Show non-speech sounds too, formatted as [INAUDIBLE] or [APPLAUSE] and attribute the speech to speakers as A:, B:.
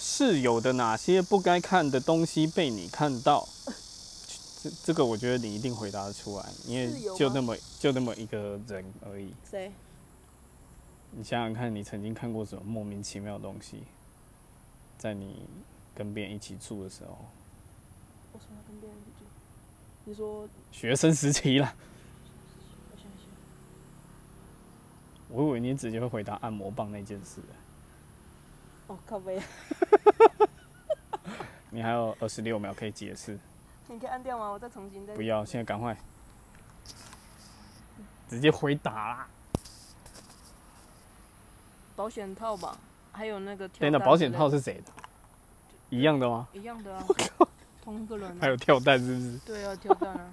A: 室友的哪些不该看的东西被你看到？这这个我觉得你一定回答得出来，因为
B: 室友吗
A: 就那么就那么一个人而已。
B: 谁？
A: 你想想看，你曾经看过什么莫名其妙的东西，在你跟别人一起住的时候，
B: 我什么跟别人比较？你说，
A: 学生时期啦。 [LAUGHS]
B: 我想一想，
A: 我以为你直接会回答按摩棒那件事，
B: 哦，靠背，
A: 你还有二十六秒可以解释。
B: 你可以按掉吗？我再重新再。
A: 不要，现在赶快，直接回答啦。
B: 保险套吧，还有那个跳。
A: 等等，保险套。是谁的？一样的吗？ [LAUGHS]
B: 一样的啊。同一个人、
A: 还
B: 啊。
A: 有跳蛋是不是？
B: 对啊，跳蛋啊。